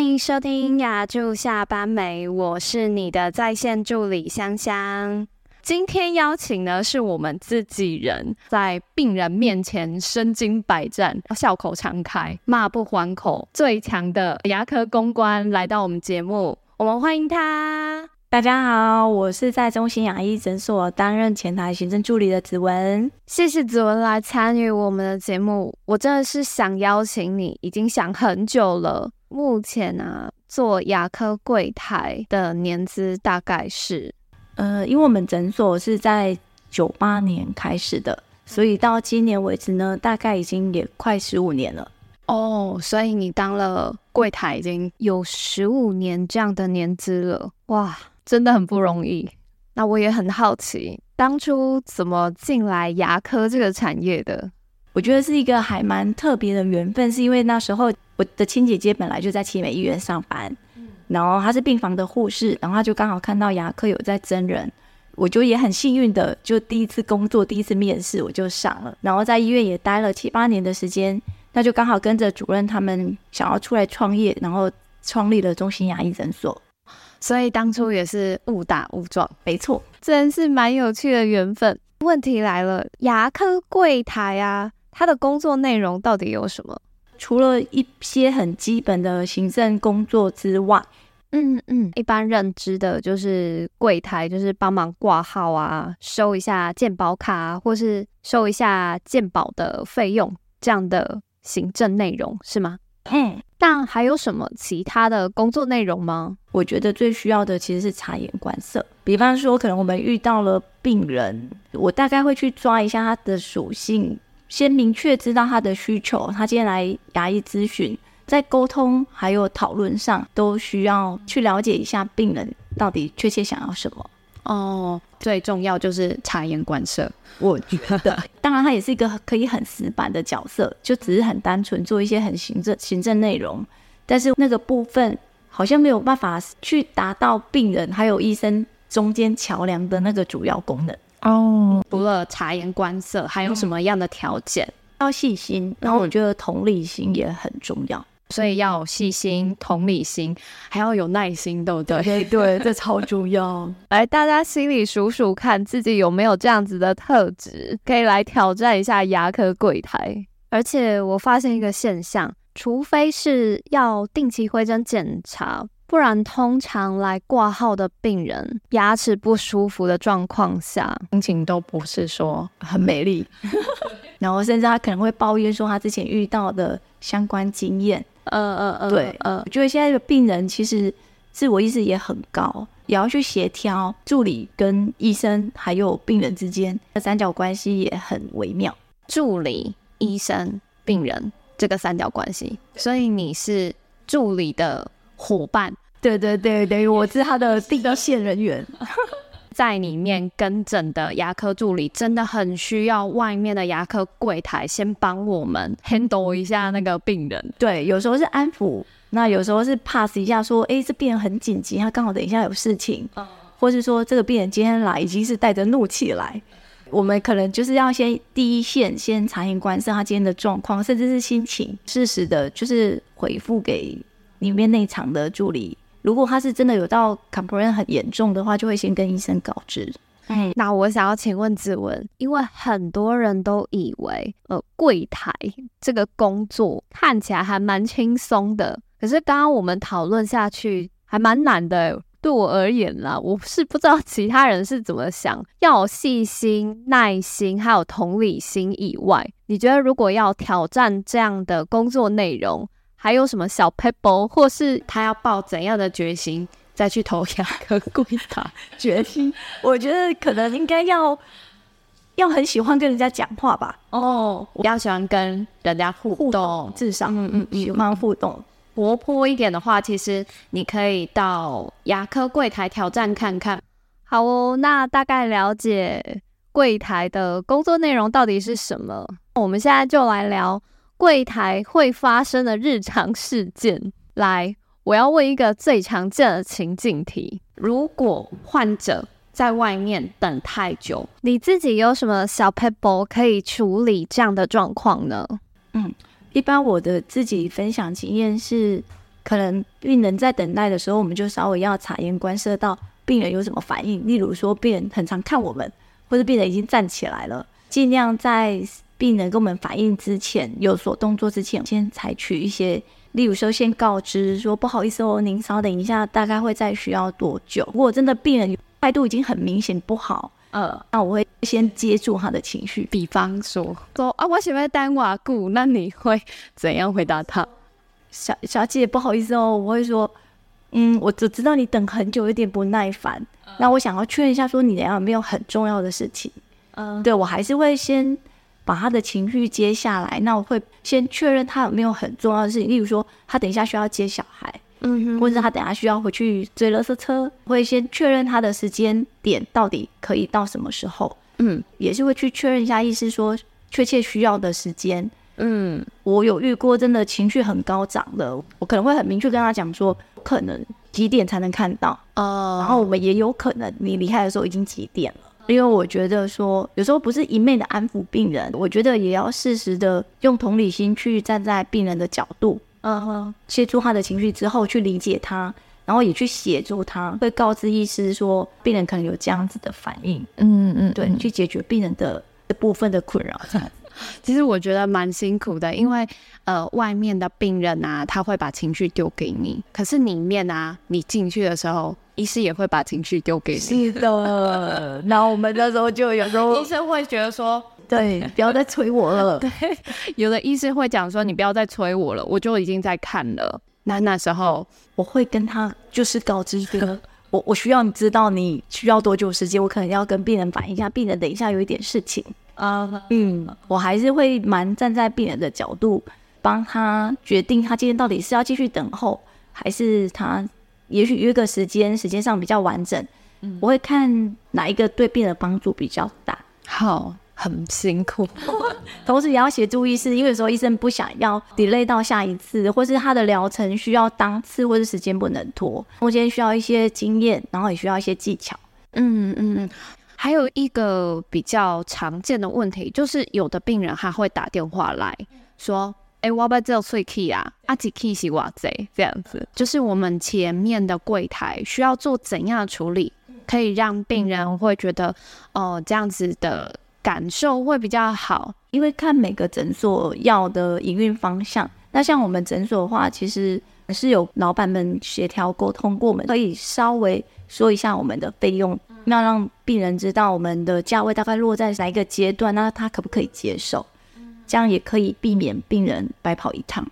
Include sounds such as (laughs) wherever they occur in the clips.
迎收听雅住下班没，我是你的在线助理香香。今天邀请呢是我们自己人，在病人面前身经百战，笑口常开，骂不还口，最强的牙科公关来到我们节目，我们欢迎他。大家好，我是在中心牙医诊所担任前台行政助理的子文。谢谢子文来参与我们的节目，我真的是想邀请你，已经想很久了。目前啊，做牙科柜台的年资大概是，呃，因为我们诊所是在九八年开始的，所以到今年为止呢，大概已经也快十五年了。哦，所以你当了柜台已经有十五年这样的年资了，哇，真的很不容易。那我也很好奇，当初怎么进来牙科这个产业的？我觉得是一个还蛮特别的缘分，是因为那时候我的亲姐姐本来就在奇美医院上班，然后她是病房的护士，然后她就刚好看到牙科有在真人，我就也很幸运的，就第一次工作，第一次面试我就上了，然后在医院也待了七八年的时间，那就刚好跟着主任他们想要出来创业，然后创立了中心牙医诊所，所以当初也是误打误撞，没错。真是蛮有趣的缘分。问题来了，牙科柜台啊，它的工作内容到底有什么？除了一些很基本的行政工作之外，嗯嗯，一般认知的就是柜台，就是帮忙挂号啊，收一下健保卡、啊，或是收一下健保的费用这样的行政内容，是吗？嗯，但还有什么其他的工作内容吗？我觉得最需要的其实是察言观色。比方说，可能我们遇到了病人，我大概会去抓一下他的属性，先明确知道他的需求。他今天来牙医咨询，在沟通还有讨论上，都需要去了解一下病人到底确切想要什么。哦，最重要就是察言观色。我觉得，当然他也是一个可以很死板的角色，就只是很单纯做一些很行政行政内容，但是那个部分好像没有办法去达到病人还有医生中间桥梁的那个主要功能。哦，除了察言观色，还有什么样的条件？要细心，然后我觉得同理心也很重要。所以要有细心、同理心，还要有耐心，对不对？对对，这超重 (laughs) 要。来，大家心里数数看自己有没有这样子的特质，可以来挑战一下牙科柜台。而且我发现一个现象，除非是要定期回诊检查，不然通常来挂号的病人，牙齿不舒服的状况下，心情都不是说很美丽。然后甚至他可能会抱怨说他之前遇到的相关经验。嗯嗯嗯，对，嗯我觉得现在的病人其实自我意识也很高，也要去协调助理跟医生还有病人之间的三角关系也很微妙。助理、医生、病人这个三角关系，所以你是助理的伙伴，对对对，等于我是他的第一线人员。在里面跟诊的牙科助理真的很需要外面的牙科柜台先帮我们 handle 一下那个病人。对，有时候是安抚，那有时候是 pass 一下说，哎，这病人很紧急，他刚好等一下有事情，或是说这个病人今天来已经是带着怒气来，我们可能就是要先第一线先察言观色他今天的状况，甚至是心情，适时的就是回复给里面内场的助理。如果他是真的有到 complain 很严重的话，就会先跟医生告知。嗯，那我想要请问子文，因为很多人都以为呃柜台这个工作看起来还蛮轻松的，可是刚刚我们讨论下去还蛮难的欸。对我而言啦，我是不知道其他人是怎么想。要有细心、耐心，还有同理心以外，你觉得如果要挑战这样的工作内容，还有什么小 pebble，或是他要抱怎样的决心再去投牙科柜台？决心，我觉得可能应该要要很喜欢跟人家讲话吧。哦，比较喜欢跟人家互动，至少嗯嗯嗯喜欢互动。活泼一点的话，其实你可以到牙科柜台挑战看看。好哦，那大概了解柜台的工作内容到底是什么，我们现在就来聊柜台会发生的日常事件。来，我要问一个最常见的情境题：如果患者在外面等太久，你自己有什么小 pebble 可以处理这样的状况呢？一般我的自己分享经验是，可能病人在等待的时候，我们就稍微要察言观色到病人有什么反应。例如说，病人很常看我们，或者病人已经站起来了，尽量在病人跟我们反应之前，有所动作之前，先采取一些，例如说先告知说不好意思哦，您稍等一下，大概会再需要多久。如果真的病人态度已经很明显不好，呃，那我会先接住他的情绪。比方说说啊，我喜欢单瓦固，那你会怎样回答他？小小姐，不好意思哦，我会说，嗯，我只知道你等很久，有点不耐烦。那我想要确认一下，说你等一下有没有很重要的事情？嗯，对我还是会先把他的情绪接下来，那我会先确认他有没有很重要的事情，例如说他等一下需要接小孩，嗯哼或者是他等一下需要回去追垃圾车，会先确认他的时间点到底可以到什么时候，嗯也是会去确认一下，意思说确切需要的时间，嗯我有遇过真的情绪很高涨的，我可能会很明确跟他讲说，可能几点才能看到，哦，然后我们也有可能你离开的时候已经几点了。因为我觉得说，有时候不是一昧的安抚病人，我觉得也要适时的用同理心去站在病人的角度，嗯哼协助他的情绪之后去理解他，然后也去协助他，会告知医师说，病人可能有这样子的反应，嗯嗯，对，去解决病人的这部分的困扰。这样其实我觉得蛮辛苦的，因为呃，外面的病人啊，他会把情绪丢给你，可是里面啊，你进去的时候，医师也会把情绪丢给你。是的，然后我们那时候就有时候医生会觉得说，对，不要再催我了。有的医师会讲说，你不要再催我了，我就已经在看了。那那时候，我会跟他就是告知说，我我需要你知道你需要多久时间，我可能要跟病人反映一下，病人等一下有一点事情。呃，嗯，我还是会蛮站在病人的角度，帮他决定他今天到底是要继续等候，还是他也许约个时间，时间上比较完整。我会看哪一个对病人帮助比较大。好，很辛苦。同时也要协助医师，因为有时候医生不想要 delay 到下一次，或是他的疗程需要当次，或是时间不能拖，中间需要一些经验，然后也需要一些技巧。嗯嗯嗯，还有一个比较常见的问题，就是有的病人他会打电话来说：“哎、我要不要这碎 key 啊？啊几 key 是哇贼这样子。”就是我们前面的柜台需要做怎样的处理，可以让病人会觉得哦、这样子的感受会比较好。因为看每个诊所要的营运方向，那像我们诊所的话，其实是有老板们协调沟通过，我们可以稍微说一下我们的费用，要让病人知道我们的价位大概落在哪一个阶段，那他可不可以接受？这样也可以避免病人白跑一趟，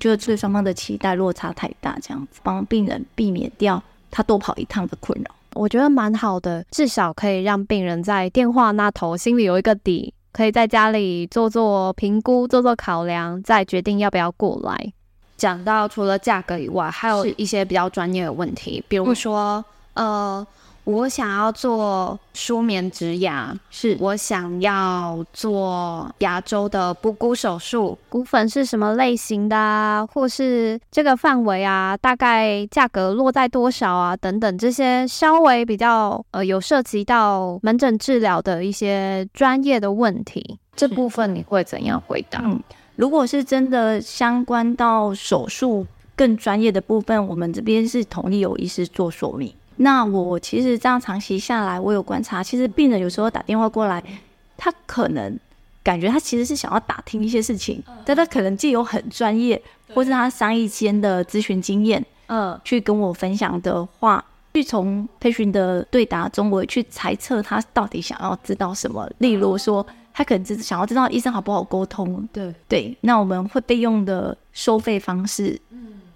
就是对双方的期待落差太大，这样子帮病人避免掉他多跑一趟的困扰。我觉得蛮好的，至少可以让病人在电话那头心里有一个底，可以在家里做做评估、做做考量，再决定要不要过来。讲到除了价格以外，还有是一些比较专业的问题，比如说，呃，我想要做舒眠植牙，是我想要做牙周的补骨手术，骨粉是什么类型的啊，或是这个范围啊，大概价格落在多少啊，等等这些稍微比较呃有涉及到门诊治疗的一些专业的问题， (laughs) 这部分你会怎样回答？嗯，如果是真的相关到手术更专业的部分，我们这边是同意有医师做说明。那我其实这样长期下来，我有观察，其实病人有时候打电话过来，他可能感觉他其实是想要打听一些事情，但他可能既有很专业，或是他商议间的咨询经验，嗯去跟我分享的话，去从培训的对答中，我去猜测他到底想要知道什么。例如说，他可能只是想要知道医生好不好沟通，对，对，那我们会备用的收费方式，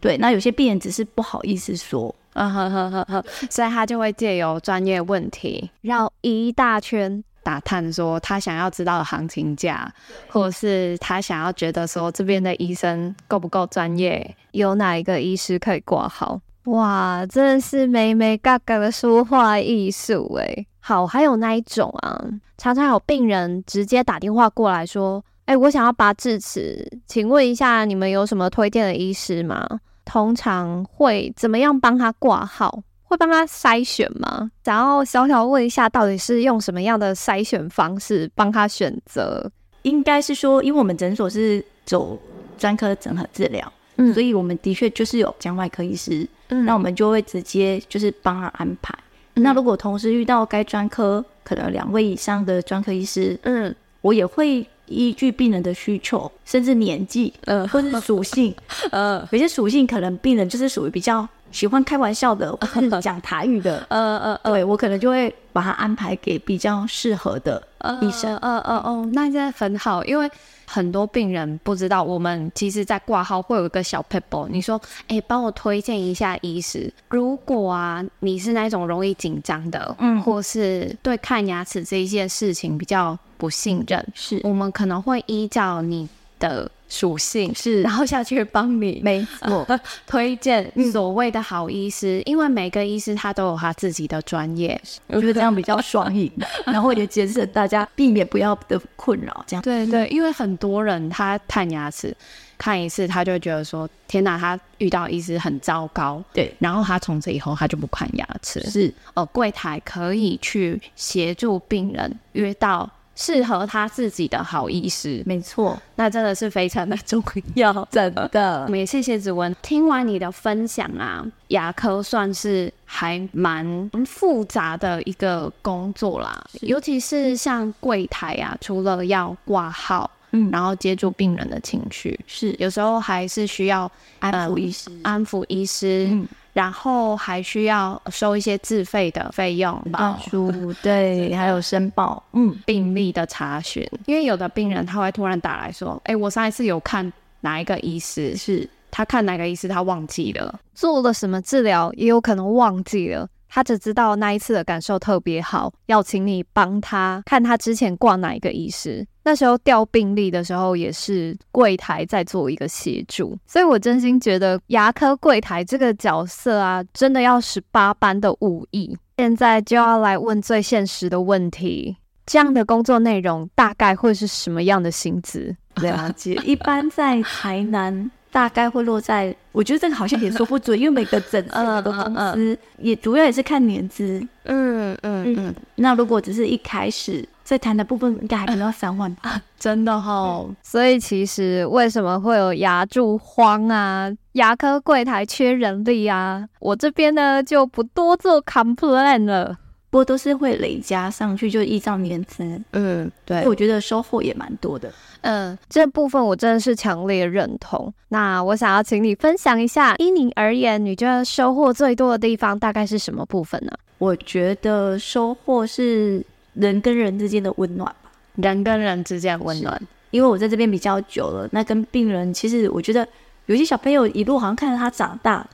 对，那有些病人只是不好意思说，嗯哼哼哼哼，所以他就会借由专业问题绕一大圈打探，说他想要知道的行情价，或者是他想要觉得说这边的医生够不够专业，有哪一个医师可以挂号。哇，真的是美美嘎嘎的说话艺术诶。好，还有那一种啊，常常有病人直接打电话过来说：“哎、我想要拔智齿，请问一下你们有什么推荐的医师吗？”通常会怎么样帮他挂号？会帮他筛选吗？然后小小问一下，到底是用什么样的筛选方式帮他选择？应该是说，因为我们诊所是走专科整合治疗，嗯所以我们的确就是有讲外科医师，嗯那我们就会直接就是帮他安排。那如果同时遇到该专科可能有两位以上的专科医师，嗯我也会依据病人的需求，甚至年纪呃或是属性， (laughs) 呃，有些属性可能病人就是属于比较喜欢开玩笑的，或是讲台语的呃呃呃对我可能就会把他安排给比较适合的医生。呃呃嗯哦，那真的很好，因为很多病人不知道，我们其实，在挂号会有一个小 paper，你说，哎、帮我推荐一下医师。如果啊，你是那种容易紧张的，嗯或是对看牙齿这一件事情比较不信任，是我们可能会依照你的属性，是然，后下去帮你没 (laughs) 错，嗯推荐所谓的好医师，因为每个医师他都有他自己的专业，我觉得这样比较双 (laughs) 赢，然后也节省大家避免不要的困扰。这样对对，因为很多人他看牙齿看一次，他就觉得说：“天哪，他遇到医师很糟糕。”对然后他从此以后他就不看牙齿。是呃，柜台可以去协助病人约到适合他自己的好医师，没错，那真的是非常的重要。真我的们也谢谢子文，听完你的分享啊，牙科算是还蛮复杂的一个工作啦，尤其是像柜台啊，除了要挂号，嗯然后接住病人的情绪，是有时候还是需要安抚医师，安抚医师，嗯然后还需要收一些自费的费用吧帮。助对，还有申报，嗯，病历的查询，因为有的病人他会突然打来说：“哎、我上一次有看哪一个医师，是他看哪个医师他忘记了，做了什么治疗，也有可能忘记了。他只知道那一次的感受特别好，要请你帮他看他之前挂哪一个医师。那时候调病历的时候，也是柜台在做一个协助，所以我真心觉得牙科柜台这个角色啊，真的要十八般的武艺。现在就要来问最现实的问题：这样的工作内容大概会是什么样的薪资？ (laughs) 了解。一般在台南大概会落在，我觉得这个好像也说不准，因为每个整 (laughs) 嗯个的公嗯司也主要也是看年资。嗯嗯嗯，那如果只是一开始在谈的部分，应该还不到三万啊吧？真的哈、所以其实为什么会有牙柱荒啊、牙科柜台缺人力啊，我这边呢就不多做 complain 了。不过都是会累加上去，就依照年资。嗯，对我觉得收获也蛮多的。嗯，这部分我真的是强烈认同。那我想要请你分享一下，依你而言，你觉得收获最多的地方大概是什么部分呢？我觉得收获是人跟人之间的温暖吧，人跟人之间温暖。因为我在这边比较久了，那跟病人其实我觉得有些小朋友一路好像看着他长大，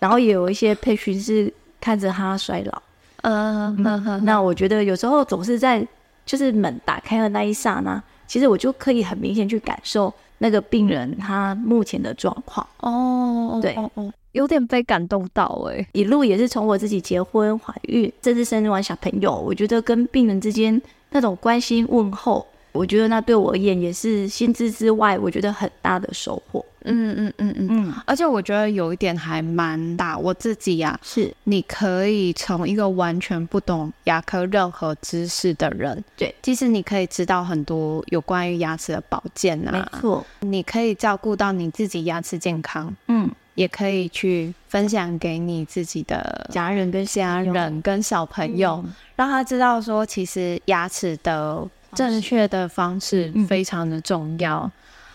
然后也有一些培训是看着他衰老。嗯哼哼，那我觉得有时候总是在就是门打开的那一刹那，其实我就可以很明显去感受那个病人他目前的状况。哦，对哦哦，有点被感动到哎、一路也是从我自己结婚、怀孕，甚至生完小朋友，我觉得跟病人之间那种关心问候，我觉得那对我而言也是薪资之外，我觉得很大的收获。嗯嗯嗯嗯嗯，而且我觉得有一点还蛮大，我自己啊呀、是你可以从一个完全不懂牙科任何知识的人，对，其实你可以知道很多有关于牙齿的保健没啊，错，你可以照顾到你自己牙齿健康，嗯，也可以去分享给你自己的家人跟家人跟小朋友，嗯让他知道说，其实牙齿的正确的方式嗯非常的重要。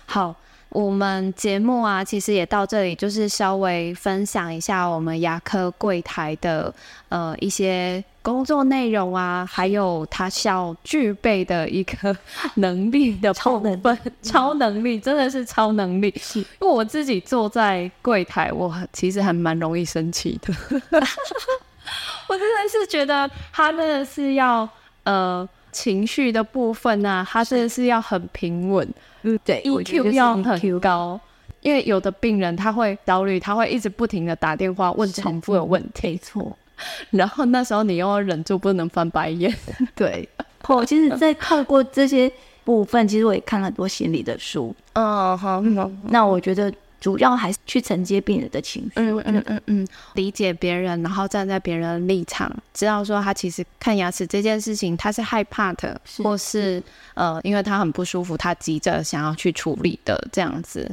好，我们节目啊，其实也到这里，就是稍微分享一下我们牙科柜台的呃一些工作内容啊，还有他需要具备的一个 (laughs) 能力的超能力部分， (laughs) 超能力真的是超能力。是因为我自己坐在柜台，我很其实还蛮容易生气 (laughs) 的。我真的是觉得他真的是要呃情绪的部分啊，他真的是要很平稳嗯，对我觉得就，EQ 是要 EQ E 很高。因为有的病人他会焦虑，他会一直不停的打电话问是重复的问没题，错， (laughs) 然后那时候你又要忍住不能翻白眼。对。 (laughs) 哦，其实，在透过这些部分，其实我也看了很多心理的书。嗯，好，好，那我觉得主要还是去承接病人的情绪。嗯嗯嗯嗯，理解别人，然后站在别人的立场，知道说他其实看牙齿这件事情他是害怕的，是或是呃，因为他很不舒服，他急着想要去处理的这样子。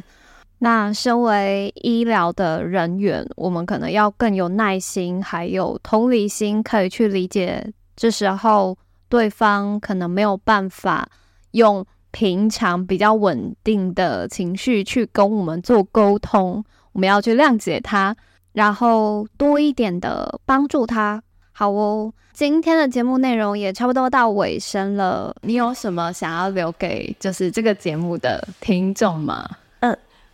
那身为医疗的人员，我们可能要更有耐心，还有同理心，可以去理解这时候对方可能没有办法用平常比较稳定的情绪去跟我们做沟通，我们要去谅解他，然后多一点的帮助他。好哦，今天的节目内容也差不多到尾声了，你有什么想要留给就是这个节目的听众吗？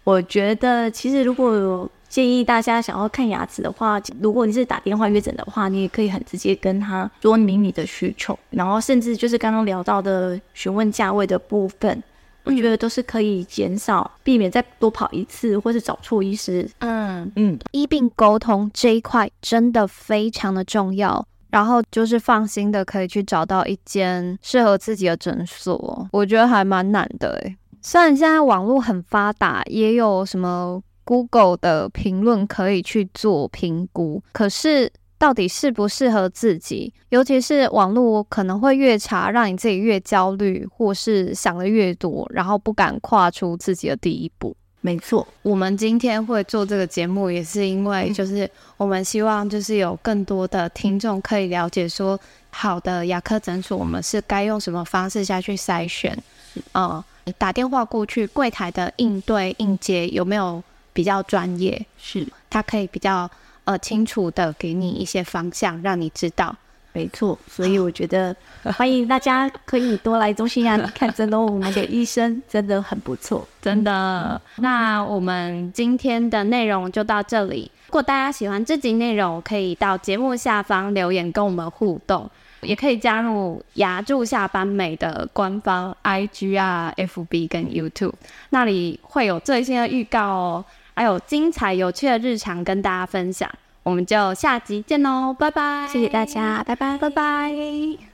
我觉得其实如果建议大家想要看牙齿的话，如果你是打电话约诊的话，你也可以很直接跟他说明你的需求，然后甚至就是刚刚聊到的询问价位的部分，我觉得都是可以减少，避免再多跑一次或是找错医师。嗯，嗯，医病沟通这一块真的非常的重要。然后就是放心的可以去找到一间适合自己的诊所，我觉得还蛮难的诶。虽然现在网络很发达，也有什么 Google 的评论可以去做评估，可是到底适不适合自己，尤其是网络可能会越查，让你自己越焦虑，或是想的越多，然后不敢跨出自己的第一步。没错，我们今天会做这个节目，也是因为就是我们希望就是有更多的听众可以了解说，好的牙科诊所我们是该用什么方式下去筛选，嗯，打电话过去柜台的应对应接有没有比较专业，是他可以比较呃清楚的给你一些方向，让你知道。没错，所以我觉得欢迎大家可以多来中心牙医看诊哦，我们的医生真的很不错。真的。那我们今天的内容就到这里。如果大家喜欢这集内容，可以到节目下方留言跟我们互动，也可以加入牙柱下班美的官方 IG 啊、FB 跟 YouTube，那里会有最新的预告哦，还有精彩有趣的日常跟大家分享。我们就下集见喽，拜拜！谢谢大，家，拜拜，拜拜。